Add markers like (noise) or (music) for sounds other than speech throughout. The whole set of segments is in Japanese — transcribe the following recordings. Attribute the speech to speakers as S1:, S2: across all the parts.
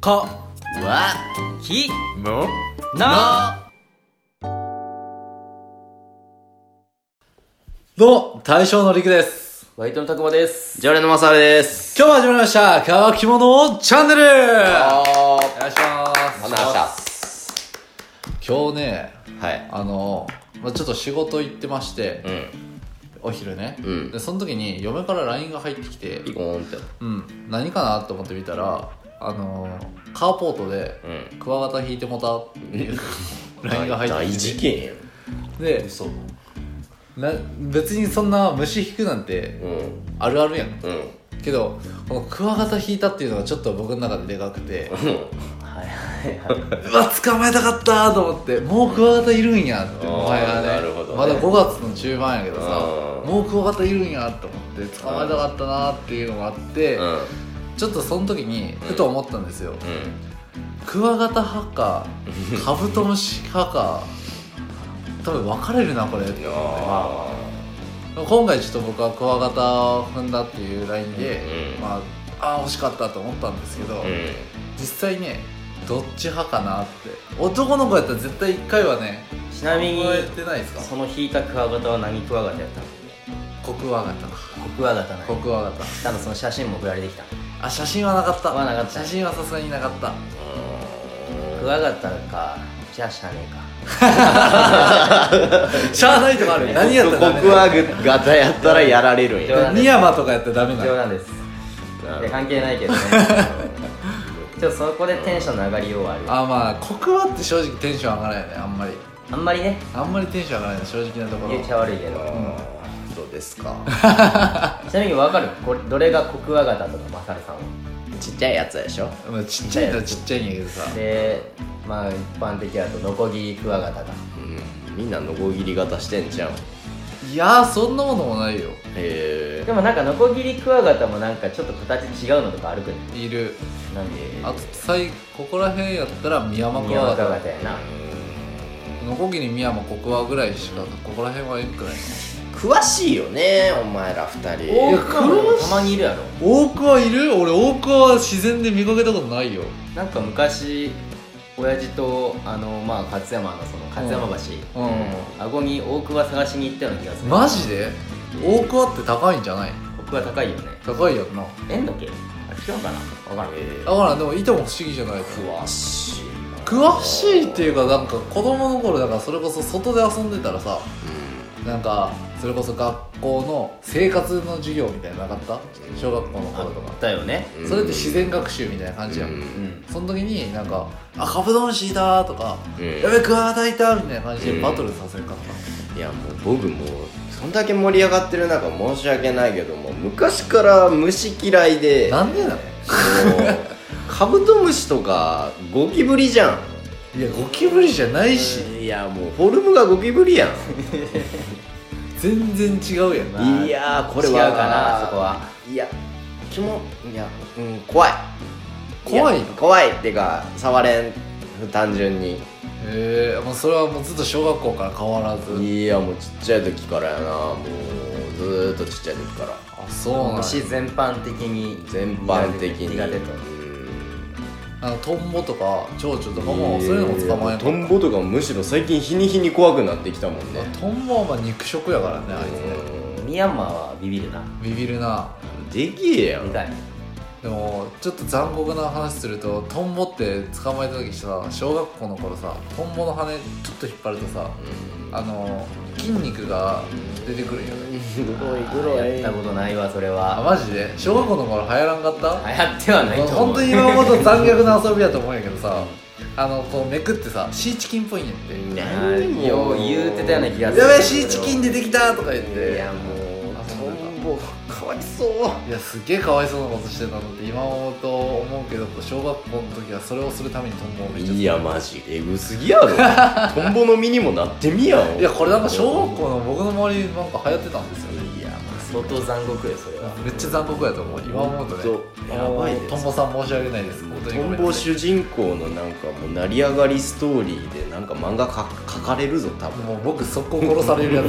S1: か
S2: わ
S1: き
S2: も
S1: な
S2: な
S1: どうも大将のりくです
S3: バイトのたくまです。
S2: 常連のマサルです
S1: 今日も始まりました乾き物チャンネルお願
S2: あ
S1: いします
S2: あなた
S1: 今日ね
S2: はい
S1: あのまあちょっと仕事行ってまして、お昼ね、
S2: ん
S1: でその時に嫁から LINE が入ってきて、
S2: ピコーンって
S1: うん、何かなと思って見たらあのカーポートで
S2: う
S1: クワガタ引いてもたっていう LINE が入ってきて
S2: 大事件やん
S1: でな別にそんな虫引くなんて
S2: うん
S1: あるあるやん
S2: うん
S1: けどこのクワガタ引いたっていうのがちょっと僕の中ででかくてうわ捕まえたかったと思ってもうクワガタいるんやって
S2: あー
S1: もはやね
S2: なるほどね
S1: まだ5月の中盤やけどさ
S2: うん
S1: もうクワガタいるんやと思って捕まえたかったなっていうのもあって、
S2: うんうん
S1: ちょっとその時にふと思ったんですよ、
S2: うん
S1: クワガタ派かカブトムシ派か多分分かれるなこ
S2: (laughs)
S1: れって
S2: あ
S1: 今回ちょっと僕はクワガタを踏んだっていうラインで、
S2: うん
S1: まああー惜しかったと思ったんですけど、
S2: あうん
S1: 実際ねどっち派かなって男の子やったら絶対1回はね
S3: ちなみに、
S1: 覚えてないですか
S3: その引いたクワガタは何クワガタやったの
S1: コクワガタ
S3: コクワガタな
S1: コ
S3: い。
S1: クワガタ
S3: ただその写真も送られてきた。
S1: あ写真はなかった
S3: はなかった
S1: 写真はさすがになかった
S3: クワガタか、じゃあしゃあね
S1: しゃあないとかあ
S3: (laughs)
S1: る何やったらダメ
S2: 僕
S1: だ
S2: はガタやったらやられるんや
S1: よ深山とかやったらダメ
S3: え
S1: な
S3: か。
S1: の
S3: 冗談です。
S2: ないる
S3: や、関係ないけ (laughs) どね。ちょっとそこでテンションの上がりようはある。
S1: あまあ国話って正直テンション上がらないよねあんまり
S3: あんまりね、
S1: あんまりテンション上がらないね正直なところ
S3: 言うちゃ悪いけ
S2: ほ
S3: ど。
S2: どどうですか
S3: ちなみにわかるこれどれがコクワガタとかマサルさんは。
S2: ちっちゃいやつでしょ
S1: まあちっちゃいのはちっちゃいんやけどさ
S3: で、まあ一般的だとノコギリクワガタが。
S2: うんみんなノコギリ型してんじゃんへ
S1: いやーそんなものもないよ
S2: え
S3: でもなんかノコギリクワガタもなんかちょっと形違うのとかあるくね。
S1: いる
S3: なんで
S1: あと最ここら辺やったらミヤマク
S3: ク
S1: ワ
S3: ワ
S1: ガ
S3: ガ
S1: タ
S3: タやな。
S1: ノコギリミヤマコクワぐらいしかここら辺はえんくらい
S2: 詳しいよねお前ら二
S1: お
S2: 人
S1: い
S3: い
S1: や
S3: や
S1: クロワシ
S3: たまにいるやろ
S1: 大クワいる俺大クワは自然で見かけたことないよ
S3: なんか昔親父とあのまあ勝山のその勝山橋、
S1: うんうん
S3: 顎に大久保探しに行ったような気がする
S1: マジで大クワって高いんじゃない
S3: 僕は高いよね
S1: 高いやんな
S3: えんだっけあ違うかな分からんけ
S2: え
S1: だからんでもいとも不思議じゃない
S2: ー詳しいな
S1: 詳しいっていうかなんか子供の頃だからそれこそ外で遊んでたらさなんかそれこそ学校の生活の授業みたいなのなかった小学校の頃と
S3: ど
S1: か
S3: だよね
S2: うん
S1: それって自然学習みたいな感じやん、
S2: うん
S3: うん
S1: その時になんか「あカブトムシいた」とか
S2: うん
S1: 「やべクワガタいた」みたいな感じ
S2: う
S1: で
S2: ん
S1: バトルさせるかっ
S2: いやもう僕もうそんだけ盛り上がってる中申し訳ないけども昔から虫嫌いで
S1: た、なんでなの
S2: もうカブトムシとかゴキブリじゃ
S1: (laughs)
S2: ん
S1: いやゴキブリじゃないし
S2: いやもうフォルムがゴキブリやん、
S1: 全然違うやんな
S3: まあ
S2: いやーこれは
S3: 違うかなそこはい
S2: や気もいやうん怖い
S1: 怖いの
S2: や怖いってか触れん単純に
S1: えー、もうそれはもうずっと小学校から変わらず
S2: いやもうちっちゃい時からやなもうずーっとちっちゃい時から
S1: あそうなんや
S3: 虫全般的に
S2: 全般的に
S3: 苦手と
S1: あのトンボとか蝶々とかもそういうのも捕まえ
S2: え
S1: んか
S2: ト
S1: っ
S2: ンボとかもむしろ最近日に日に怖くなってきたもんね
S1: たトンボはまあ肉食やからねあいつね
S3: ミヤンマーはビビるな
S1: ビビるな
S2: うんできえやん
S3: 痛い
S1: でもちょっと残酷な話するとトンボって捕まえた時さ小学校の頃さトンボの羽ちょっと引っ張るとさあの筋肉が出てくるんよね
S2: 黒い
S3: あーやったことないわそれ
S1: あ
S3: は
S1: マジで小学校の頃流行らんかった
S3: 流行ってはないと思う
S1: 本当に今ほど残虐な遊びやと思うんやけどさあのこうめくってさシーチキンっぽいんやって「
S2: 何
S3: よう言うてたような気がする
S1: やべえシーチキン出てきた!」とか言っ
S2: い
S1: て
S2: やもう
S1: あそう
S2: ト
S1: なんだ
S2: ンボかわいそう
S1: いやすげえかわいそうなことしてたのって今思うと思うけど小学校の時はそれをするためにトンボをめっちゃ
S2: いやマジエグすぎ
S1: (laughs)
S2: やろトンボの身にもなってみやん
S1: いやこれなんか小学校の僕の周りなんか流行ってたんですよね
S2: いや
S3: 相当残酷よそれは
S1: めっちゃ残酷やと思う今思うとね
S2: ほんとやばいです
S1: あのトンボさん申し訳ないです本当に
S2: ト
S1: ごめ
S2: ン
S1: んな
S2: ボ
S1: さ
S2: 主人公のなんかもう成り上がりストーリーでなんか漫画か書かれるぞ多
S1: い
S2: 分
S1: もう僕速攻殺されるやつ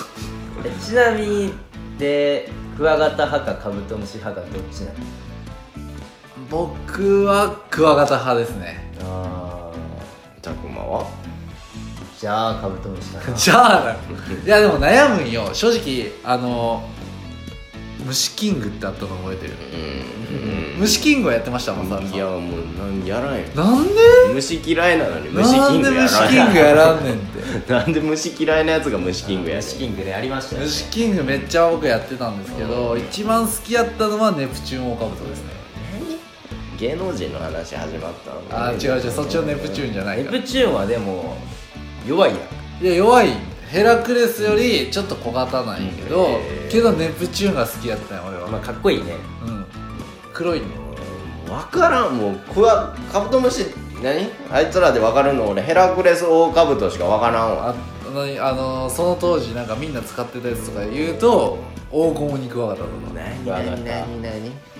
S1: (laughs)
S3: えちなみにでクワガタ派かカブトムシ派かどっちなの
S1: 僕はクワガタ派ですね
S3: あ
S2: たくまは
S3: ーじゃあカブトムシかな
S1: じゃあだいやでも悩むんよ正直あの虫キングってあったの覚えてる
S2: うん
S1: 虫キングはや (laughs) ってましたマサルさん
S2: いやもうなんやらんよ
S1: なんで
S2: 虫嫌いなのに虫
S1: な
S2: キ
S1: ん
S2: ン
S1: で
S2: グや
S1: 虫
S2: らん
S1: キングやらんねんって (laughs)
S2: なんで虫嫌いなやつが虫キングやねん
S3: (laughs) 虫キングでやりましたよ、ね、
S1: 虫キングめっちゃ僕やってたんですけど一番好きやったのはネプチューンオカブトですね
S2: 芸能人の話始まったの
S1: あー違う違うそっちのネプチューンじゃない
S3: ネ
S1: から
S3: プチューンはでも弱いやん
S1: いや弱いヘラクレスよりちょっと小型なんやけど、
S2: へー
S1: けどネプチューンが好きやったんや俺は、
S3: まあかっこいいね
S1: うん黒いね
S2: 分からんもうクワカブトムシ何あいつらで分かるの俺ヘラクレスオオカブトしか分からん
S1: あ
S2: わ
S1: あのあのその当時なんかみんな使ってたやつとか言うと黄金にクワガタとか
S2: 何
S3: わかった
S2: 何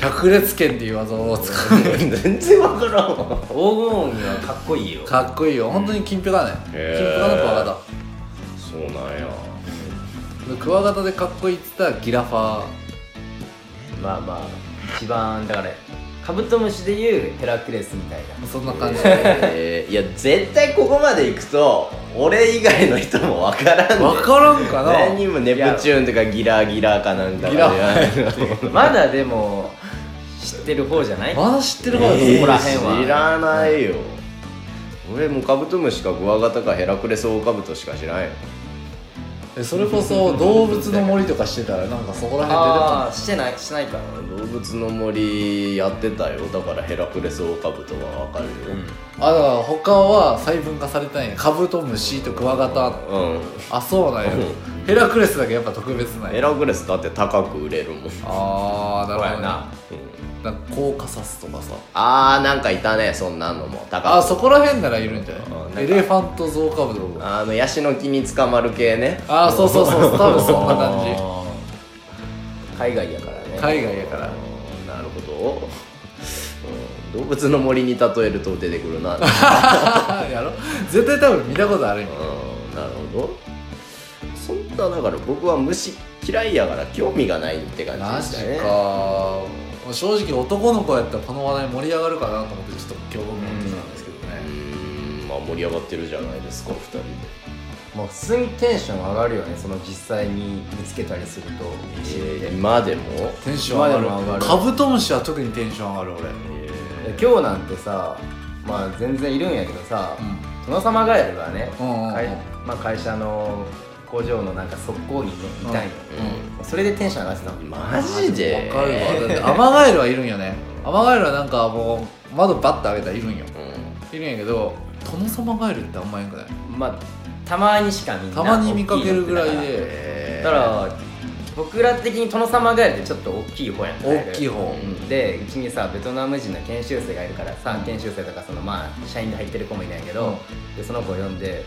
S1: 百裂剣っていう技を使う
S2: 何全然分からんわ
S3: 黄金音がかっこいいよ
S1: かっこいいよ本当に金ぴょかね金
S2: へー
S1: ぴょかのクワガタ
S2: そうなんや
S1: クワガタでかっこいいって言ったらギラファー
S3: まあまあ一番だからカブトムシでいうヘラクレスみたいな
S1: そんな感じ
S2: (laughs) えーいや絶対ここまで行くと俺以外の人も分からんで
S1: 分からんかな
S2: 何もネプチューンとかギラギラかなんだか
S1: ギラ
S2: で
S3: まだでも知ってる方じゃない
S1: まだ知ってる方
S3: えー
S1: です
S3: ここら辺は
S2: 知らないよ俺もうカブトムシかクワガタかヘラクレスオオカブトしか知らんよ
S1: えそれこそ動物の森とかしてたらなんかそこら辺出てた
S3: あーしてないしてないから
S2: 動物の森やってたよだからヘラクレスオオカブトはわかるよ
S1: あだから他は細分化されたんやカブトムシとクワガタ
S2: うん、
S1: あそうなんや
S2: う
S1: ヘラクレスだけやっぱ特別なん
S2: ヘ
S1: や
S2: ラクレスだって高く売れるもん、うん
S1: あーなるほ
S3: そうや
S1: ど
S3: な
S1: ななんか高価サスとかさ
S2: あーなんかいたねそんなのも高く
S1: あそこら辺ならいるんじゃ
S2: うんなん
S1: な
S2: か
S1: いエレファントゾウカブトとか
S2: あのヤシの木に捕まる系ね
S1: ああそうそうそう多分そんな感じ
S3: あー海外やからね
S1: 海外やから
S2: うんなるほど、うん動物の森に例えると出てくるなうんな
S1: (laughs)
S2: る
S1: やろ絶対多分見たことあるよ
S2: ほどそんなだから僕は虫嫌いやから興味がないって感じ
S1: マ
S2: で
S1: ジ
S2: し
S1: か
S2: たね
S1: もう正直男の子やったらこの話題盛り上がるかなと思ってちょっと興味持ってたんですけど
S2: う
S1: ね
S2: ーんまあ盛り上がってるじゃないですか2人で
S3: もう普通にテンション上がるよねその実際にぶつけたりすると
S2: えー今でも
S1: テンション上
S3: 今でも
S1: が
S3: 上が
S1: る
S3: る
S1: カブトムシは特にテンション上がる俺
S2: え
S3: 今日なんてさまあ全然いるんやけどさ、殿様ガエルがね、
S1: うんうんうん
S3: 会まあ、会社の工場のなんか側溝にねいたんよ、
S2: ー
S3: それでテンション上がってたも
S2: うん
S3: ん
S2: マジで
S1: わかるわだってアマガエルはいるんよねアマガエルはなんかもう窓バッと開けたらいるんよ
S2: う
S1: いるんやけど殿様ガエルってあんまいんくない
S3: まあたまにしかみんな
S1: たまに見かけるぐらい
S3: 大きのって
S1: で
S2: え
S3: だからだから僕ら的に殿様ガエルってちょっと大きい方やん
S1: 大きい方
S3: うんでうちにさベトナム人の研修生がいるからさ研修生とかそのまあ社員で入ってる子もいないけど、でその子を呼んで「めっ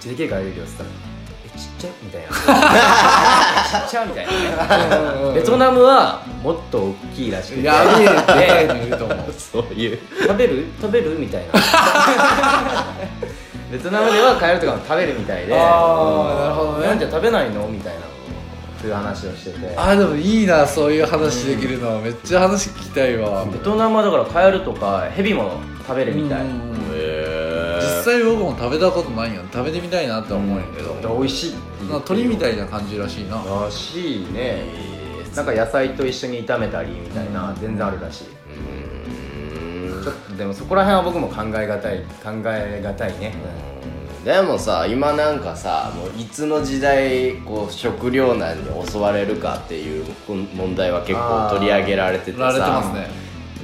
S3: ちゃでけえガエルいるよ」っつったら「えちっちゃい?」みたい
S1: (laughs)
S3: な「ちっちゃ?」みたいなベトナムはもっと大きいらしくて
S1: いやありえてでかいのいると思う
S2: そういう
S3: 食べる食べるみたいな (laughs) ベトナムではカエルとかも食べるみたいで
S1: あーなるほどね
S3: なんじゃ食べないのみたいなそういう話をしてて
S1: あでもいいなそういう話できるのめっちゃ話聞きたいわ
S3: ベトナムはだからカエルとかヘビも食べるみたい
S1: うんうんうん
S2: え
S1: 実際僕も食べたことないよ食べてみたいなって思うんやけど、
S3: 美味しいって言
S1: なん
S3: っ
S1: か
S3: てる
S1: 鳥みたいな感じらしいな
S3: らしいねなんか野菜と一緒に炒めたりみたいな全然あるらしいちょっとでもそこら辺は僕も考えがたい考えがたいね
S2: でもさ今なんかさもういつの時代こう食糧難に襲われるかっていうこん問題は結構取り上げられてて
S1: られてま
S2: さ
S1: すね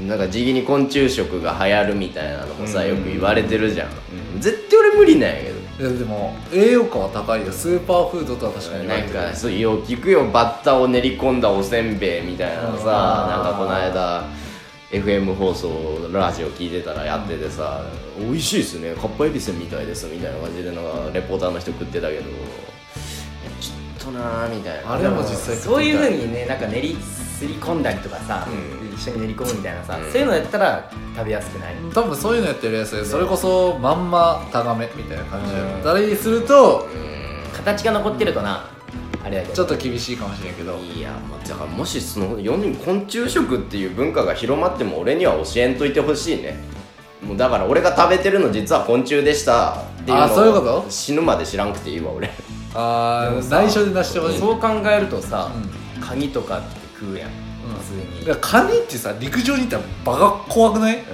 S2: なんか時期に昆虫食が流行るみたいなのもさ
S3: うん
S2: よく言われてるじゃん、絶対俺無理なんやけど
S1: いやでも栄養価は高いよスーパーフードとは確かに言わ
S2: な
S1: れ
S2: ん
S1: てる
S2: かそうよう聞くよバッタを練り込んだおせんべいみたいなのさ
S3: うん
S2: なんかこの間 FM 放送ラジオ聞いてたらやっててさ「美味しいですねかっぱえびせんみたいです」みたいな感じでなんかレポーターの人食ってたけどいやちょっとなーみたいな
S1: あれも実際
S3: そういうふう
S1: う
S3: にねなんか練りすり込んだりとかさ、
S2: う
S3: 一緒に練り込むみたいなさ、
S2: うん
S3: そういうのやったら食べやすくない、
S1: ん多分そういうのやってるやつでそれこそまんまタガメみたいな感じだ
S3: うん
S1: よ誰にすると
S2: うーん
S3: 形が残ってるとなあれやけど
S1: ちょっと厳しいかもしれんけど
S2: いやまあだからもしその世に昆虫食っていう文化が広まっても俺には教えんといてほしいねもうだから俺が食べてるの実は昆虫でしたっていうの
S1: あそういうこと
S2: 死ぬまで知らんくていいわ俺
S1: あ
S3: で
S1: あ
S3: もさ
S1: 内緒で出してほしい
S3: そう考えるとさ、
S1: う
S3: カニとかって食うやん、
S1: うん
S3: 普通に、
S1: だからカニってさ陸上にいたらバカ怖くない
S3: うん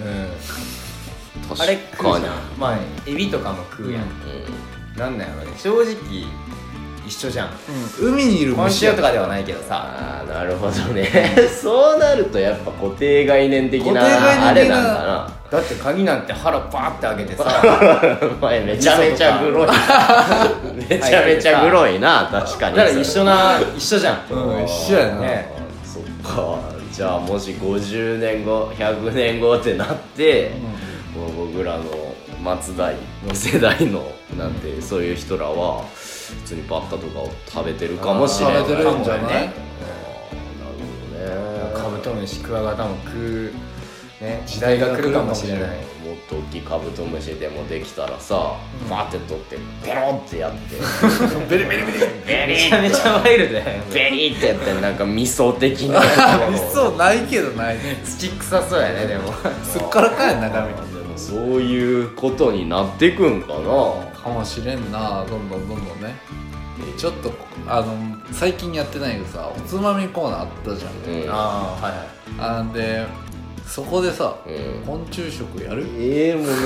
S3: あれ
S2: 確
S3: 食う
S2: か
S3: じ
S2: に
S3: ゃんまあエビとかも食うやん、なんなんやろね正直一緒じゃん
S1: 海にいる
S3: 今
S1: 虫
S3: 週
S1: や
S3: とかではないけどさ
S2: ああなるほどね (laughs) そうなるとやっぱ固定概念的な
S1: 固定概念的な
S2: あれなんだ
S3: だってカニなんて腹バーって開けてさ
S2: なお前めちゃめちゃ
S1: (laughs)
S2: グロいめちゃめちゃグロいな確か
S3: だ
S2: に
S3: から一緒な一緒じゃん
S1: うん一緒やな
S3: ね
S2: そっかじゃあもし50年後100年後ってなって、もう僕らの松代の世代のなんてそういう人らは普通にバッタとかを食べてるかもしれない
S1: あー食べてるんじゃない
S2: あーなるほどね
S3: カブトムシクワガタも食う、ね、時代が来るかもしれない
S2: もっと大きいカブトムシでもできたらさ、バーって取ってペロンってやって (laughs) ベリベリベリベ
S3: め
S2: リ
S3: ちゃめちゃワイルドだよね
S2: ベリってやってなんか味噌的 (laughs) な
S1: 美味しそうないけどない
S3: 土臭そうやねでもか
S1: すっからかんやん中身
S2: でもそういうことになってくんかな
S1: かもしれんなどんどんどんどんねちょっとあの最近やってないけどさおつまみコーナーあったじゃん
S2: うん
S3: ああはいはい
S1: あんでそこでさ
S2: うん
S1: 昆虫食やる
S2: ええもう絶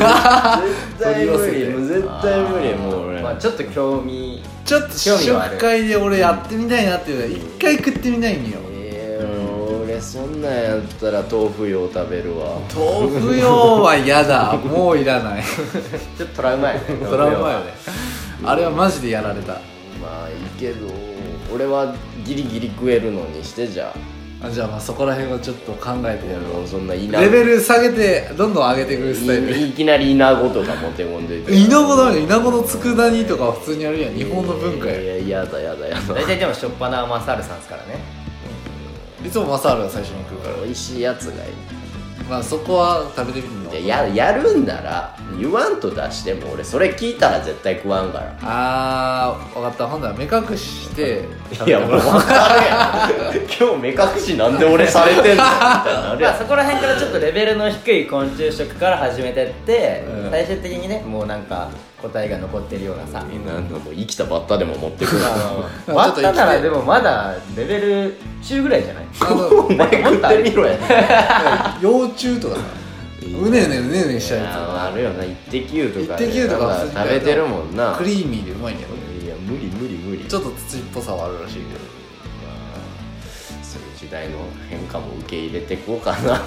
S2: 対無理もう絶対無理もう俺、
S3: まあ、ちょっと興味
S1: ちょっと試
S3: 興味はある
S1: 食会で俺やってみたいなっていうのは一回食ってみたいんよ
S2: ええもう俺そんなんやったら豆腐よう食べるわ
S1: 豆腐用は嫌
S3: (laughs)
S1: だもういらない
S3: ちょっとトラウマやね
S1: トラウマよねあれはマジでやられた
S2: まあいいけど俺はギリギリ食えるのにしてじゃ
S1: あじゃあまあそこら辺はちょっと考え
S2: あ
S1: て
S2: いや
S1: やろ
S2: もうそんな稲
S1: うレベル下げてどんどん上げてくるスタイル
S2: いいきなり稲子とか持ってこんでいて
S1: 稲子だめだ稲子の佃煮とかは普通にあるやん日本の文化
S2: い
S1: や
S2: やいややだやだやだ
S3: 大体でもしょっぱなマサールさんですからね
S1: いつもマサールが最初に食うから
S2: 美味しいやつがいい
S1: まあそこは食べてみるの
S2: いやややるんなら言わんと出しても俺それ聞いたら絶対食わんから
S1: あー分かった今度は目隠しして食
S2: い
S1: べ
S2: や
S1: て
S2: もう
S1: も
S2: 分
S1: らう
S2: かるやん (laughs) 今日目隠しなんで俺されてんのみたいなあれ
S3: まあ、
S2: や
S3: そこら辺からちょっとレベルの低い昆虫食から始めてって、
S1: うん
S3: 最終的にねもうなんか答えが残ってるようなさ、
S2: みん (laughs) なあのもう生きたバッタでも持ってくる
S3: あ
S1: ちょっ
S3: の
S1: と
S3: バ
S1: 生
S3: ッ
S1: きて
S3: タならでもまだレベル中ぐらいじゃない
S1: あの
S2: お前食ってみろや
S1: 幼虫とかさうねうねうねうねしちゃうや
S2: あるよな一滴湯とか
S1: 一滴湯とか
S2: なん食べてるもんな
S1: つクリーミーでうまいんやろ
S2: いや無理無理無理
S1: ちょっと土っぽさはあるらしいけど
S2: そういう時代の変化も受け入れていこうか (laughs) なは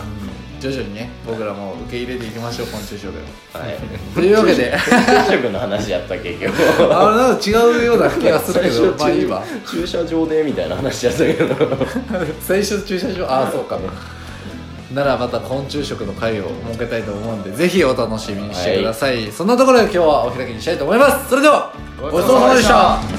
S1: 徐々にね僕らも受け入れていきましょう昆虫
S2: (laughs)
S1: 食を
S2: い
S1: というわけで
S2: 昼食の話やった結局
S1: あなんか違うような気がするけどまあいいわ
S2: 駐車場でみたいな話やったけど
S1: 最初の駐車場ああそうかならまた昆虫食の会を設けたいと思うんでぜひお楽しみにしてください、そんなところで今日はお開きにしたいと思いますそれではごちそうさまでした